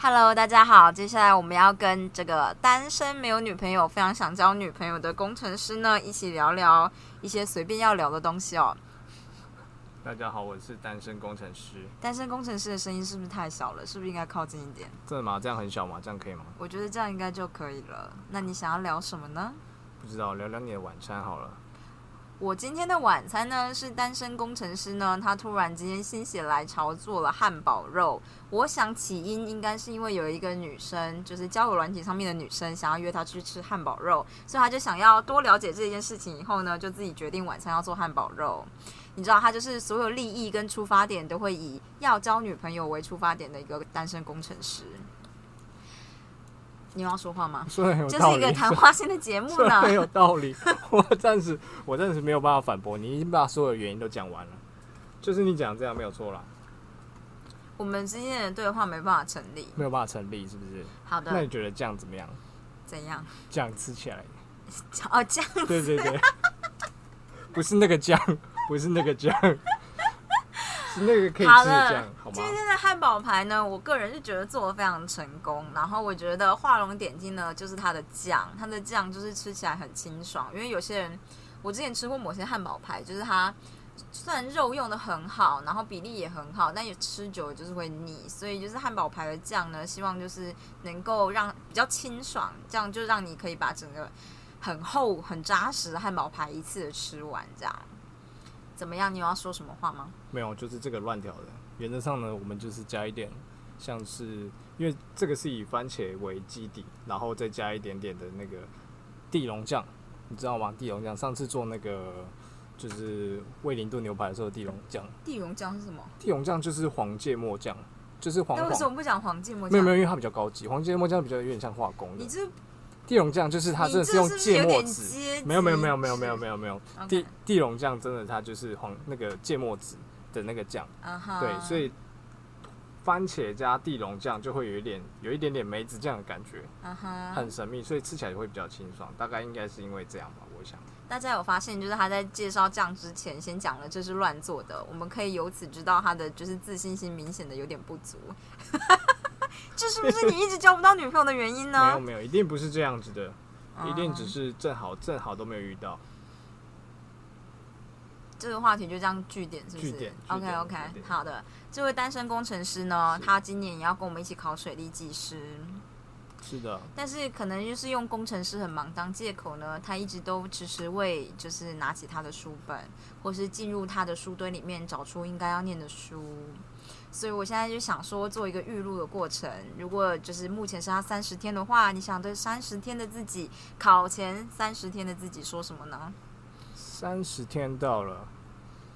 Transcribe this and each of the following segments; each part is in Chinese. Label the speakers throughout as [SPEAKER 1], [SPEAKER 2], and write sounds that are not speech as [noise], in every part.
[SPEAKER 1] Hello，大家好，接下来我们要跟这个单身没有女朋友、非常想交女朋友的工程师呢，一起聊聊一些随便要聊的东西哦。
[SPEAKER 2] 大家好，我是单身工程师。
[SPEAKER 1] 单身工程师的声音是不是太小了？是不是应该靠近一点？
[SPEAKER 2] 真的吗？这样很小吗？这样可以吗？
[SPEAKER 1] 我觉得这样应该就可以了。那你想要聊什么呢？
[SPEAKER 2] 不知道，聊聊你的晚餐好
[SPEAKER 1] [laughs]
[SPEAKER 2] 了。
[SPEAKER 1] 我今天的晚餐呢是单身工程师呢，他突然今天心血来潮做了汉堡肉。我想起因应该是因为有一个女生，就是交友软体上面的女生，想要约他去吃汉堡肉，所以他就想要多了解这件事情以后呢，就自己决定晚餐要做汉堡肉。你知道，他就是所有利益跟出发点都会以要交女朋友为出发点的一个单身工程师。你要说话吗？
[SPEAKER 2] 说的很有
[SPEAKER 1] 这
[SPEAKER 2] 道
[SPEAKER 1] 是一
[SPEAKER 2] 理，
[SPEAKER 1] 个谈话性的节
[SPEAKER 2] [laughs]
[SPEAKER 1] 目
[SPEAKER 2] 说的
[SPEAKER 1] 呢。
[SPEAKER 2] 很有道理。我暂时我暂时没有办法反驳你，已经把所有原因都讲完了。就是你讲这样没有错啦，
[SPEAKER 1] 我们之间的对话没办法成立。
[SPEAKER 2] 没有办法成立，是不是？
[SPEAKER 1] 好
[SPEAKER 2] 那
[SPEAKER 1] 的
[SPEAKER 2] 你，觉得这样怎么样？
[SPEAKER 1] 怎样？
[SPEAKER 2] 这样吃起来，
[SPEAKER 1] 哦，这样
[SPEAKER 2] 对对对， [laughs] 不是那个酱，不是那个酱，是那个可以
[SPEAKER 1] 好
[SPEAKER 2] 吃的
[SPEAKER 1] 了
[SPEAKER 2] 酱，好
[SPEAKER 1] 今
[SPEAKER 2] 吗？
[SPEAKER 1] 天的汉堡排呢，我个人是觉得做的非常成功。然后我觉得画龙点睛呢，就是它的酱，它的酱就是吃起来很清爽。因为有些人，我之前吃过某些汉堡排，就是它虽然肉用的很好，然后比例也很好，但也吃久了就是会腻。所以就是汉堡排的酱呢，希望就是能够让比较清爽，这样就让你可以把整个很厚、很扎实的汉堡排一次的吃完。这样怎么样？你有要说什么话吗？
[SPEAKER 2] 没有，就是这个乱调的。原则上呢，我们就是加一点，像是因为这个是以番茄为基底，然后再加一点点的那个地龙酱，你知道吗？地龙酱上次做那个就是卫灵顿牛排的时候，地龙酱，
[SPEAKER 1] 地龙酱是什么？
[SPEAKER 2] 地龙酱就是黄芥末酱，就是黄
[SPEAKER 1] 那为什
[SPEAKER 2] 黄。
[SPEAKER 1] 么不讲黄芥末
[SPEAKER 2] 没
[SPEAKER 1] 酱？
[SPEAKER 2] 有没有，因为它比较高级，黄芥末酱比较有点像化工的
[SPEAKER 1] 你。这
[SPEAKER 2] 地龙酱就是它
[SPEAKER 1] 你
[SPEAKER 2] 真的
[SPEAKER 1] 这
[SPEAKER 2] 用
[SPEAKER 1] 是不是
[SPEAKER 2] 芥
[SPEAKER 1] 有
[SPEAKER 2] 末
[SPEAKER 1] 点
[SPEAKER 2] 籽，
[SPEAKER 1] 阶级
[SPEAKER 2] 没有没有没有没有没有没有没有，
[SPEAKER 1] OK
[SPEAKER 2] 地地龙酱真的它就是黄那个芥末籽的那个酱。
[SPEAKER 1] 啊哈，
[SPEAKER 2] 对，所以番茄加地龙酱就会有一点有一点点梅子酱的感觉，
[SPEAKER 1] 啊哈，
[SPEAKER 2] 很神秘，所以吃起来会比较清爽。大概应该是因为这样吧，我想。
[SPEAKER 1] 大家有发现，就是他在介绍酱之前先讲了这是乱做的，我们可以由此知道他的就是自信心明显的有点不
[SPEAKER 2] [laughs]
[SPEAKER 1] 足。这是不是你一直交不到女朋友的原因
[SPEAKER 2] 没有
[SPEAKER 1] 呢？
[SPEAKER 2] 没有，一定不是这样子的，一定只
[SPEAKER 1] 嗯
[SPEAKER 2] 是正好正好都没有遇到。
[SPEAKER 1] 这个话题就这样据点，是不是
[SPEAKER 2] 据点据
[SPEAKER 1] o
[SPEAKER 2] 点
[SPEAKER 1] k OK，
[SPEAKER 2] 据点
[SPEAKER 1] 好的。这位单身工程师呢，
[SPEAKER 2] 是
[SPEAKER 1] 他今年也要跟我们一起考水利技师。
[SPEAKER 2] 是的，
[SPEAKER 1] 但是可能就是用工程师很忙当借口呢，他一直都迟迟未就是拿起他的书本，或是进入他的书堆里面找出应该要念的书。所以我现在就想说，做一个预录的过程。如果就是目前是他三十天的话，你想对三十天的自己，考前三十天的自己说什么呢？
[SPEAKER 2] 三十天到了，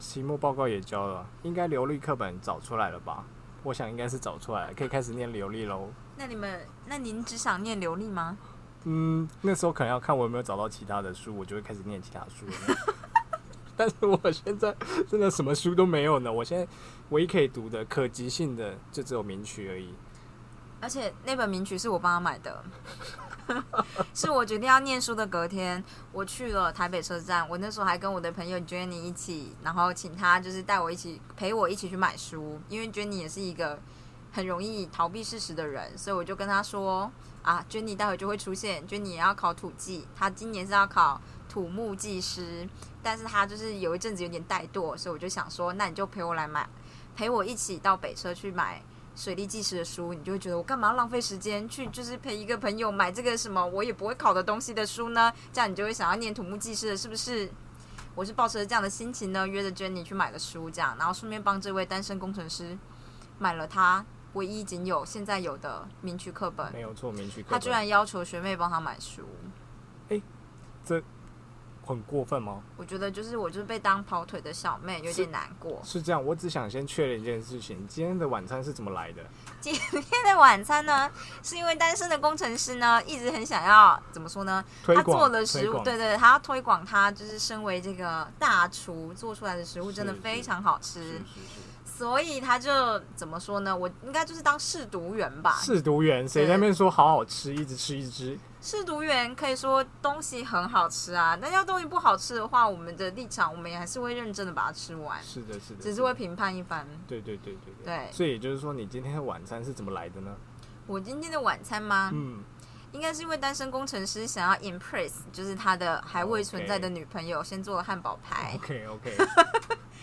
[SPEAKER 2] 期末报告也交了，应该流利课本找出来了吧？我想应该是找出来了，可以开始念流利喽。
[SPEAKER 1] 那你们，那您只想念流利吗？
[SPEAKER 2] 嗯，那时候可能要看我有没有找到其他的书，我就会开始念其他书了。 [laughs] 但是我现在真的什么书都没有呢。我现在唯一可以读的可及性的就只有名曲而已。
[SPEAKER 1] 而且那本名曲是我帮他买的， [laughs] 是我决定要念书的隔天，我去了台北车站。我那时候还跟我的朋友 Jenny 一起，然后请她就是带我一起陪我一起去买书，因为 Jenny 也是一个很容易逃避事实的人，所以我就跟她说啊，Jenny 待会就会出现，Jenny 也要考土技，她今年是要考土木技师，但是她就是有一阵子有点怠惰，所以我就想说，那你就陪我来买，陪我一起到北车去买水利技师的书，你就会觉得我干嘛浪费时间去就是陪一个朋友买这个什么我也不会考的东西的书呢？这样你就会想要念土木技师了，是不是？我是抱持着这样的心情呢，约着 Jenny 去买了书，这样，然后顺便帮这位单身工程师买了他唯一仅有现在有的名曲课本。
[SPEAKER 2] 没有错，名曲课
[SPEAKER 1] 他
[SPEAKER 2] 本
[SPEAKER 1] 居然要求学妹帮他买书，
[SPEAKER 2] 很过分吗？
[SPEAKER 1] 我觉得就是我就是被当跑腿的小妹，有
[SPEAKER 2] 是
[SPEAKER 1] 点难
[SPEAKER 2] [laughs]
[SPEAKER 1] 过。
[SPEAKER 2] 是这样，我只想先确认一件事情：今天的晚餐是怎么来的？
[SPEAKER 1] 今天的晚餐呢，是因为单身的工程师呢，一直很想要怎么说呢？
[SPEAKER 2] 推
[SPEAKER 1] 他
[SPEAKER 2] 广
[SPEAKER 1] 做的
[SPEAKER 2] 推
[SPEAKER 1] 食物，
[SPEAKER 2] 广
[SPEAKER 1] 对对，他要推广他就是身为这个大厨做出来的食物，
[SPEAKER 2] 是
[SPEAKER 1] 真的
[SPEAKER 2] 是
[SPEAKER 1] 非常好吃
[SPEAKER 2] 是是，是
[SPEAKER 1] 所以他就怎么说呢？我应该就是当试读员吧。
[SPEAKER 2] 试读员，谁在那边说好好吃，一直吃一直吃？
[SPEAKER 1] 试读员可以说东西很好吃啊，但要东西不好吃的话，我们的立场我们也还是会认真的把它吃完，
[SPEAKER 2] 是的，是的，
[SPEAKER 1] 只是
[SPEAKER 2] 的
[SPEAKER 1] 会评判一番。
[SPEAKER 2] 对对对对
[SPEAKER 1] 对
[SPEAKER 2] 所以也就是说，你今天的晚餐是怎么来的呢？
[SPEAKER 1] 我今天的晚餐吗？
[SPEAKER 2] 嗯，
[SPEAKER 1] 应该是因为单身工程师想要 impress，就是他的还未存在的女朋
[SPEAKER 2] 哦
[SPEAKER 1] 友，先做了汉堡排。
[SPEAKER 2] OK OK，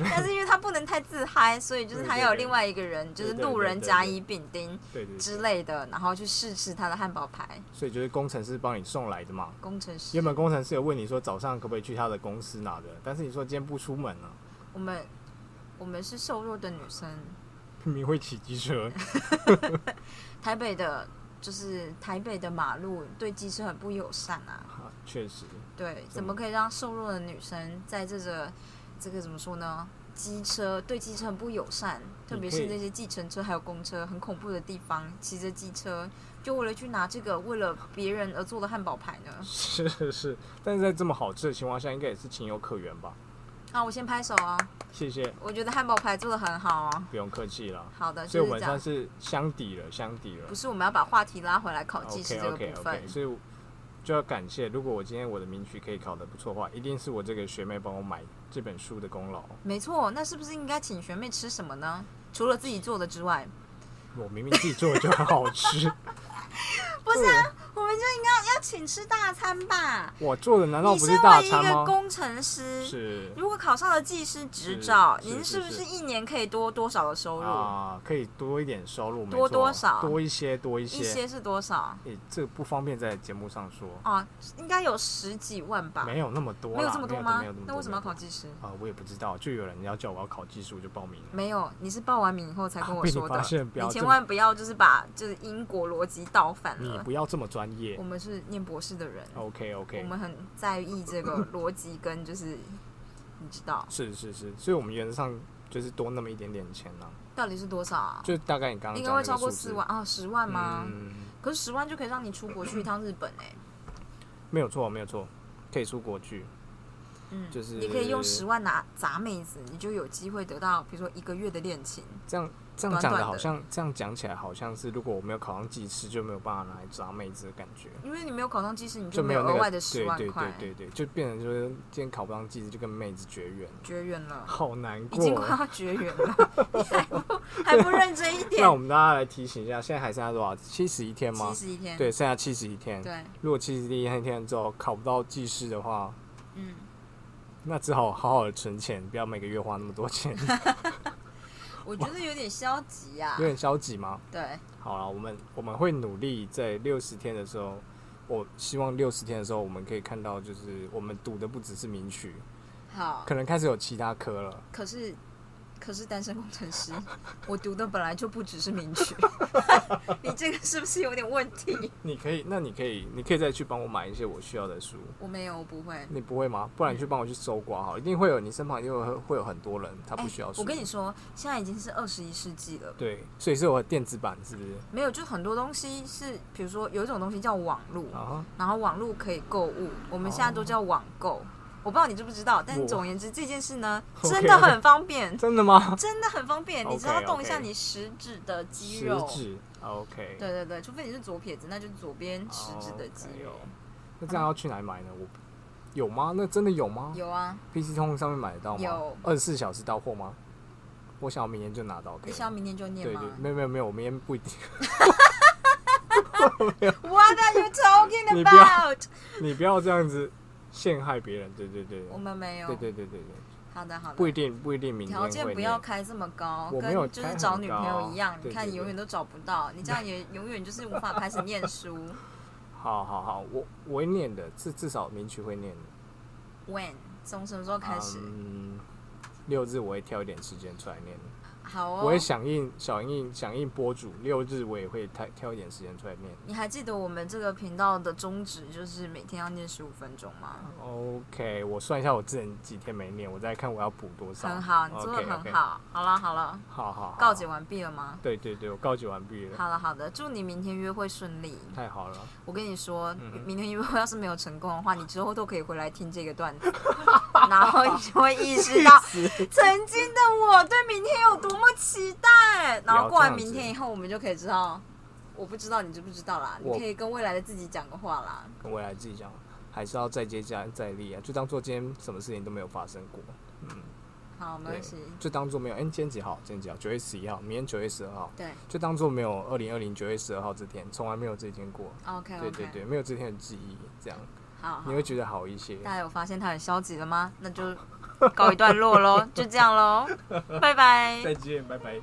[SPEAKER 1] 但是因为他不能太自嗨，所以就是他要有另外一个人，就
[SPEAKER 2] 对
[SPEAKER 1] 是
[SPEAKER 2] 对
[SPEAKER 1] 路人
[SPEAKER 2] 对对
[SPEAKER 1] 甲
[SPEAKER 2] 对
[SPEAKER 1] 乙丙丁
[SPEAKER 2] 对对对，
[SPEAKER 1] 之类的，然后去试吃他的汉堡排。
[SPEAKER 2] 所以就是工程师帮你送来的嘛。
[SPEAKER 1] 工程师
[SPEAKER 2] 原，本工程师有问你说早上可不可以去他的公司拿的，但是你说今天不出门啊， [laughs]
[SPEAKER 1] 我们我们是瘦弱的女生，
[SPEAKER 2] 明明会骑机车， [laughs]
[SPEAKER 1] 台北的。就是台北的马路对机车很不友善啊，
[SPEAKER 2] 啊确、实， [laughs]
[SPEAKER 1] 对，
[SPEAKER 2] 么
[SPEAKER 1] 怎么可以让瘦弱的女生在这个这个怎么说呢？机车对机车很不友善，特别
[SPEAKER 2] 你
[SPEAKER 1] 是
[SPEAKER 2] 可以
[SPEAKER 1] 那些计程车还有公车很恐怖的地方，骑着机车就为了去拿这个为了别人而做的汉堡牌呢？
[SPEAKER 2] 是是是，但是在这么好吃的情况下，应该也是情有可原吧？
[SPEAKER 1] 啊，我先拍手啊！
[SPEAKER 2] 谢谢，
[SPEAKER 1] 我觉得汉堡牌做的很好哦。
[SPEAKER 2] 不用客气啦。
[SPEAKER 1] 好的，
[SPEAKER 2] 所以
[SPEAKER 1] 啊就
[SPEAKER 2] 我
[SPEAKER 1] 是
[SPEAKER 2] 们
[SPEAKER 1] 这
[SPEAKER 2] 算
[SPEAKER 1] 样。
[SPEAKER 2] 是相抵了，相抵了
[SPEAKER 1] 不。是我们要把话题拉回来考技师
[SPEAKER 2] OK
[SPEAKER 1] 这个
[SPEAKER 2] OK
[SPEAKER 1] 部分
[SPEAKER 2] OK，所以我就要感谢，如果我今天我的名曲可以考得不错的话，一定是我这个学妹帮我买这本书的功劳。
[SPEAKER 1] 没错，那是不是应该请学妹吃什么呢？除了自己做的之外，
[SPEAKER 2] 我明明自己做的就很好吃，
[SPEAKER 1] [laughs] 不是啊，我们就应该要请吃大餐吧？
[SPEAKER 2] 我做的难道
[SPEAKER 1] 你
[SPEAKER 2] 不
[SPEAKER 1] 身
[SPEAKER 2] 是大
[SPEAKER 1] 为一
[SPEAKER 2] 餐
[SPEAKER 1] 个
[SPEAKER 2] 吗？
[SPEAKER 1] 工程师，
[SPEAKER 2] 是
[SPEAKER 1] 如果考上了技师执照，
[SPEAKER 2] 是是
[SPEAKER 1] 您是不
[SPEAKER 2] 是
[SPEAKER 1] 是
[SPEAKER 2] 是
[SPEAKER 1] 一年可以多多少的收入？
[SPEAKER 2] 啊，可以多一点收入，没
[SPEAKER 1] 嗯多
[SPEAKER 2] 错
[SPEAKER 1] 多少
[SPEAKER 2] 多一些，多一
[SPEAKER 1] 一
[SPEAKER 2] 些。
[SPEAKER 1] 些是多少？
[SPEAKER 2] 诶，这个不方便在节目上说，
[SPEAKER 1] 哦，应该有十几万吧？
[SPEAKER 2] 没有那么多啦，
[SPEAKER 1] 啊没有这么多吗
[SPEAKER 2] 没有这么？
[SPEAKER 1] 那为什么要考
[SPEAKER 2] 没有
[SPEAKER 1] 技师？
[SPEAKER 2] 啊？我也不知道，就有人要叫我要考技术，就报名了。
[SPEAKER 1] 没有，你是报完名以后才跟我
[SPEAKER 2] 啊被你
[SPEAKER 1] 说的。
[SPEAKER 2] 发现不要
[SPEAKER 1] 你千
[SPEAKER 2] 这么
[SPEAKER 1] 万不要就是把就是因果逻辑倒反
[SPEAKER 2] 你
[SPEAKER 1] 了。
[SPEAKER 2] 不要这么专业
[SPEAKER 1] 我。们是念博士的人，
[SPEAKER 2] OK OK，
[SPEAKER 1] 嗯我们很在意这个逻辑跟就是你知道
[SPEAKER 2] 是是是，所以我们原则上就是多那么一点点钱呢、
[SPEAKER 1] 到底是多少啊？
[SPEAKER 2] 就大概你刚刚
[SPEAKER 1] 应
[SPEAKER 2] 讲
[SPEAKER 1] 该会
[SPEAKER 2] 那个
[SPEAKER 1] 超过
[SPEAKER 2] 数字
[SPEAKER 1] 四万啊，十、0万吗？
[SPEAKER 2] 嗯，
[SPEAKER 1] 可是十万就可以让你出国去一趟日本哎、
[SPEAKER 2] 没有错，没有错，可以出国去，
[SPEAKER 1] 嗯，
[SPEAKER 2] 就是
[SPEAKER 1] 你可以用十万拿砸妹子，你就有机会得到，比如说一个月的恋情。
[SPEAKER 2] 这样这样
[SPEAKER 1] 短
[SPEAKER 2] 讲
[SPEAKER 1] 短
[SPEAKER 2] 的
[SPEAKER 1] 的
[SPEAKER 2] 好像这样讲起来好像是，如果我没有考上技师，就没有办法拿来砸妹子的感觉，
[SPEAKER 1] 因为你没有考上技师，你
[SPEAKER 2] 就
[SPEAKER 1] 没
[SPEAKER 2] 有那
[SPEAKER 1] 额
[SPEAKER 2] 个
[SPEAKER 1] 外的十万
[SPEAKER 2] 对
[SPEAKER 1] 块
[SPEAKER 2] 对，对对对，就变成就是今天考不上技师，就跟妹子绝缘，
[SPEAKER 1] 绝缘了，
[SPEAKER 2] 好难
[SPEAKER 1] 已经
[SPEAKER 2] 过
[SPEAKER 1] 快
[SPEAKER 2] 哦。
[SPEAKER 1] 要绝缘了，你还不还不认真一点
[SPEAKER 2] 那我？们大家来提醒一下，现在还剩下多少？七十一天吗
[SPEAKER 1] 七？十一天，
[SPEAKER 2] 对，剩下七十一天。
[SPEAKER 1] 对
[SPEAKER 2] 如果七十一天之后考不到技师的话，
[SPEAKER 1] 嗯，
[SPEAKER 2] 那只好好好的存钱，不要每个月花那么
[SPEAKER 1] [laughs]
[SPEAKER 2] 多钱，
[SPEAKER 1] 我觉得有点消极呀、
[SPEAKER 2] 有点消极吗？
[SPEAKER 1] 对，
[SPEAKER 2] 好了，我们我们会努力在六十天的时候，我希望六十天的时候，我们可以看到，就是我们读的不只是名曲，
[SPEAKER 1] 好，
[SPEAKER 2] 可能开始有其他科了。
[SPEAKER 1] 可是。可是单身工程师，我读的本来就不只是名曲， [laughs] 你这个是不是有点问题？
[SPEAKER 2] 你可以，那你可以，你可以再去帮我买一些我需要的书。
[SPEAKER 1] 我没有，我不会。
[SPEAKER 2] 你不会吗？不然你去帮我去搜刮好，一定会有你身旁一定会会有很多人他
[SPEAKER 1] 哎，
[SPEAKER 2] 不需要书。
[SPEAKER 1] 我跟你说，现在已经是二十一世纪了，
[SPEAKER 2] 对，所以是我的电子版是不是？
[SPEAKER 1] 没有，就很多东西是，比如说有一种东西叫网络，
[SPEAKER 2] 啊，
[SPEAKER 1] 然后网络可以购物，我们现在都叫网购。我不知道你知不知道，但是
[SPEAKER 2] 我
[SPEAKER 1] 总而言之，这件事呢，
[SPEAKER 2] [laughs] OK
[SPEAKER 1] 真的很方便，
[SPEAKER 2] 真的吗？
[SPEAKER 1] 真的很方
[SPEAKER 2] [laughs]
[SPEAKER 1] 便。你只
[SPEAKER 2] OK，
[SPEAKER 1] 要动一下
[SPEAKER 2] OK
[SPEAKER 1] 你食指的肌
[SPEAKER 2] 食
[SPEAKER 1] 肉，
[SPEAKER 2] 指，OK。
[SPEAKER 1] 对对对，除非你是左撇子，那就是左边食指的肌肉。
[SPEAKER 2] 哦那这样要去哪里买呢？我有吗？那真的有吗
[SPEAKER 1] 有啊，
[SPEAKER 2] ？PC 通上面买得到吗？
[SPEAKER 1] 有
[SPEAKER 2] 二十四小时到货吗？我想要明天就拿到，可
[SPEAKER 1] 你
[SPEAKER 2] 以
[SPEAKER 1] 想
[SPEAKER 2] 吗。
[SPEAKER 1] 要明天就念
[SPEAKER 2] 对
[SPEAKER 1] 吗
[SPEAKER 2] 对，没有没有没有，我明天不一定。 [laughs]
[SPEAKER 1] ？What are you talking
[SPEAKER 2] [laughs] 你不要
[SPEAKER 1] about？
[SPEAKER 2] 你不要这样子陷害别人。对对对，
[SPEAKER 1] 我们没有。
[SPEAKER 2] 对对对对对，
[SPEAKER 1] 好的好的。
[SPEAKER 2] 不一定不一定明天
[SPEAKER 1] 条
[SPEAKER 2] 会
[SPEAKER 1] 件不要开这么高，
[SPEAKER 2] 我
[SPEAKER 1] 跟
[SPEAKER 2] 没有
[SPEAKER 1] 就是
[SPEAKER 2] 开
[SPEAKER 1] 找
[SPEAKER 2] 很
[SPEAKER 1] 女朋友
[SPEAKER 2] 高
[SPEAKER 1] 一样，
[SPEAKER 2] 对
[SPEAKER 1] 你看
[SPEAKER 2] 对
[SPEAKER 1] 你
[SPEAKER 2] 对
[SPEAKER 1] 永远都找不到，你这样也永远就是无法开始念
[SPEAKER 2] [laughs]
[SPEAKER 1] 书。
[SPEAKER 2] 念。好好好，我我会念的，至至少名曲会念的。
[SPEAKER 1] When 从什么时候哦开始？
[SPEAKER 2] 嗯，六日我会挑一点时间出来念。
[SPEAKER 1] 好
[SPEAKER 2] 我
[SPEAKER 1] 哦
[SPEAKER 2] 也。响应响应响应播主，六日我也会挑挑一点时间出来念。
[SPEAKER 1] 你还记得我们这个频道的宗旨就是每天要念十五分钟吗？
[SPEAKER 2] OK，我算一下我之前几天没念，我再看我要补多少。
[SPEAKER 1] 很好，你做的
[SPEAKER 2] OK，OK
[SPEAKER 1] 很。好。好了好了，
[SPEAKER 2] 好好好。
[SPEAKER 1] 告解。完毕了吗？
[SPEAKER 2] 对对对，我告解完毕了。
[SPEAKER 1] 好了好的，祝你明天约会顺利。
[SPEAKER 2] 太好了，
[SPEAKER 1] 我跟你说，
[SPEAKER 2] 嗯哼
[SPEAKER 1] 明天约会要是没有成功的话，你之后都可以回来听这个段子， [laughs] 然后你就会意识到曾经的我对明天有多么期待。然后过完明天以后，我们就可以知道，我不知道你知不知道啦，
[SPEAKER 2] 我
[SPEAKER 1] 你可以跟未来的自己讲个话啦。
[SPEAKER 2] [laughs] 跟未来自己讲，还是要再接再再厉啊，就当做今天什么事情都没有发生过。嗯，
[SPEAKER 1] 好，没
[SPEAKER 2] 对
[SPEAKER 1] 关系。，
[SPEAKER 2] 就当做没有。哎、今天几号？今天几号？九月十一号，明天九月十二号，
[SPEAKER 1] 对
[SPEAKER 2] 就当做没有二零二零九月十二号这天，从来没有这一天过。
[SPEAKER 1] ，OK OK，
[SPEAKER 2] 对对对，没有这天的记忆，这样
[SPEAKER 1] 好好
[SPEAKER 2] 你。会觉得好一些。
[SPEAKER 1] 大家有发现他很消极了
[SPEAKER 2] [laughs]
[SPEAKER 1] 吗？那就告一段落喽，就这样喽，拜拜。
[SPEAKER 2] 再见，拜拜。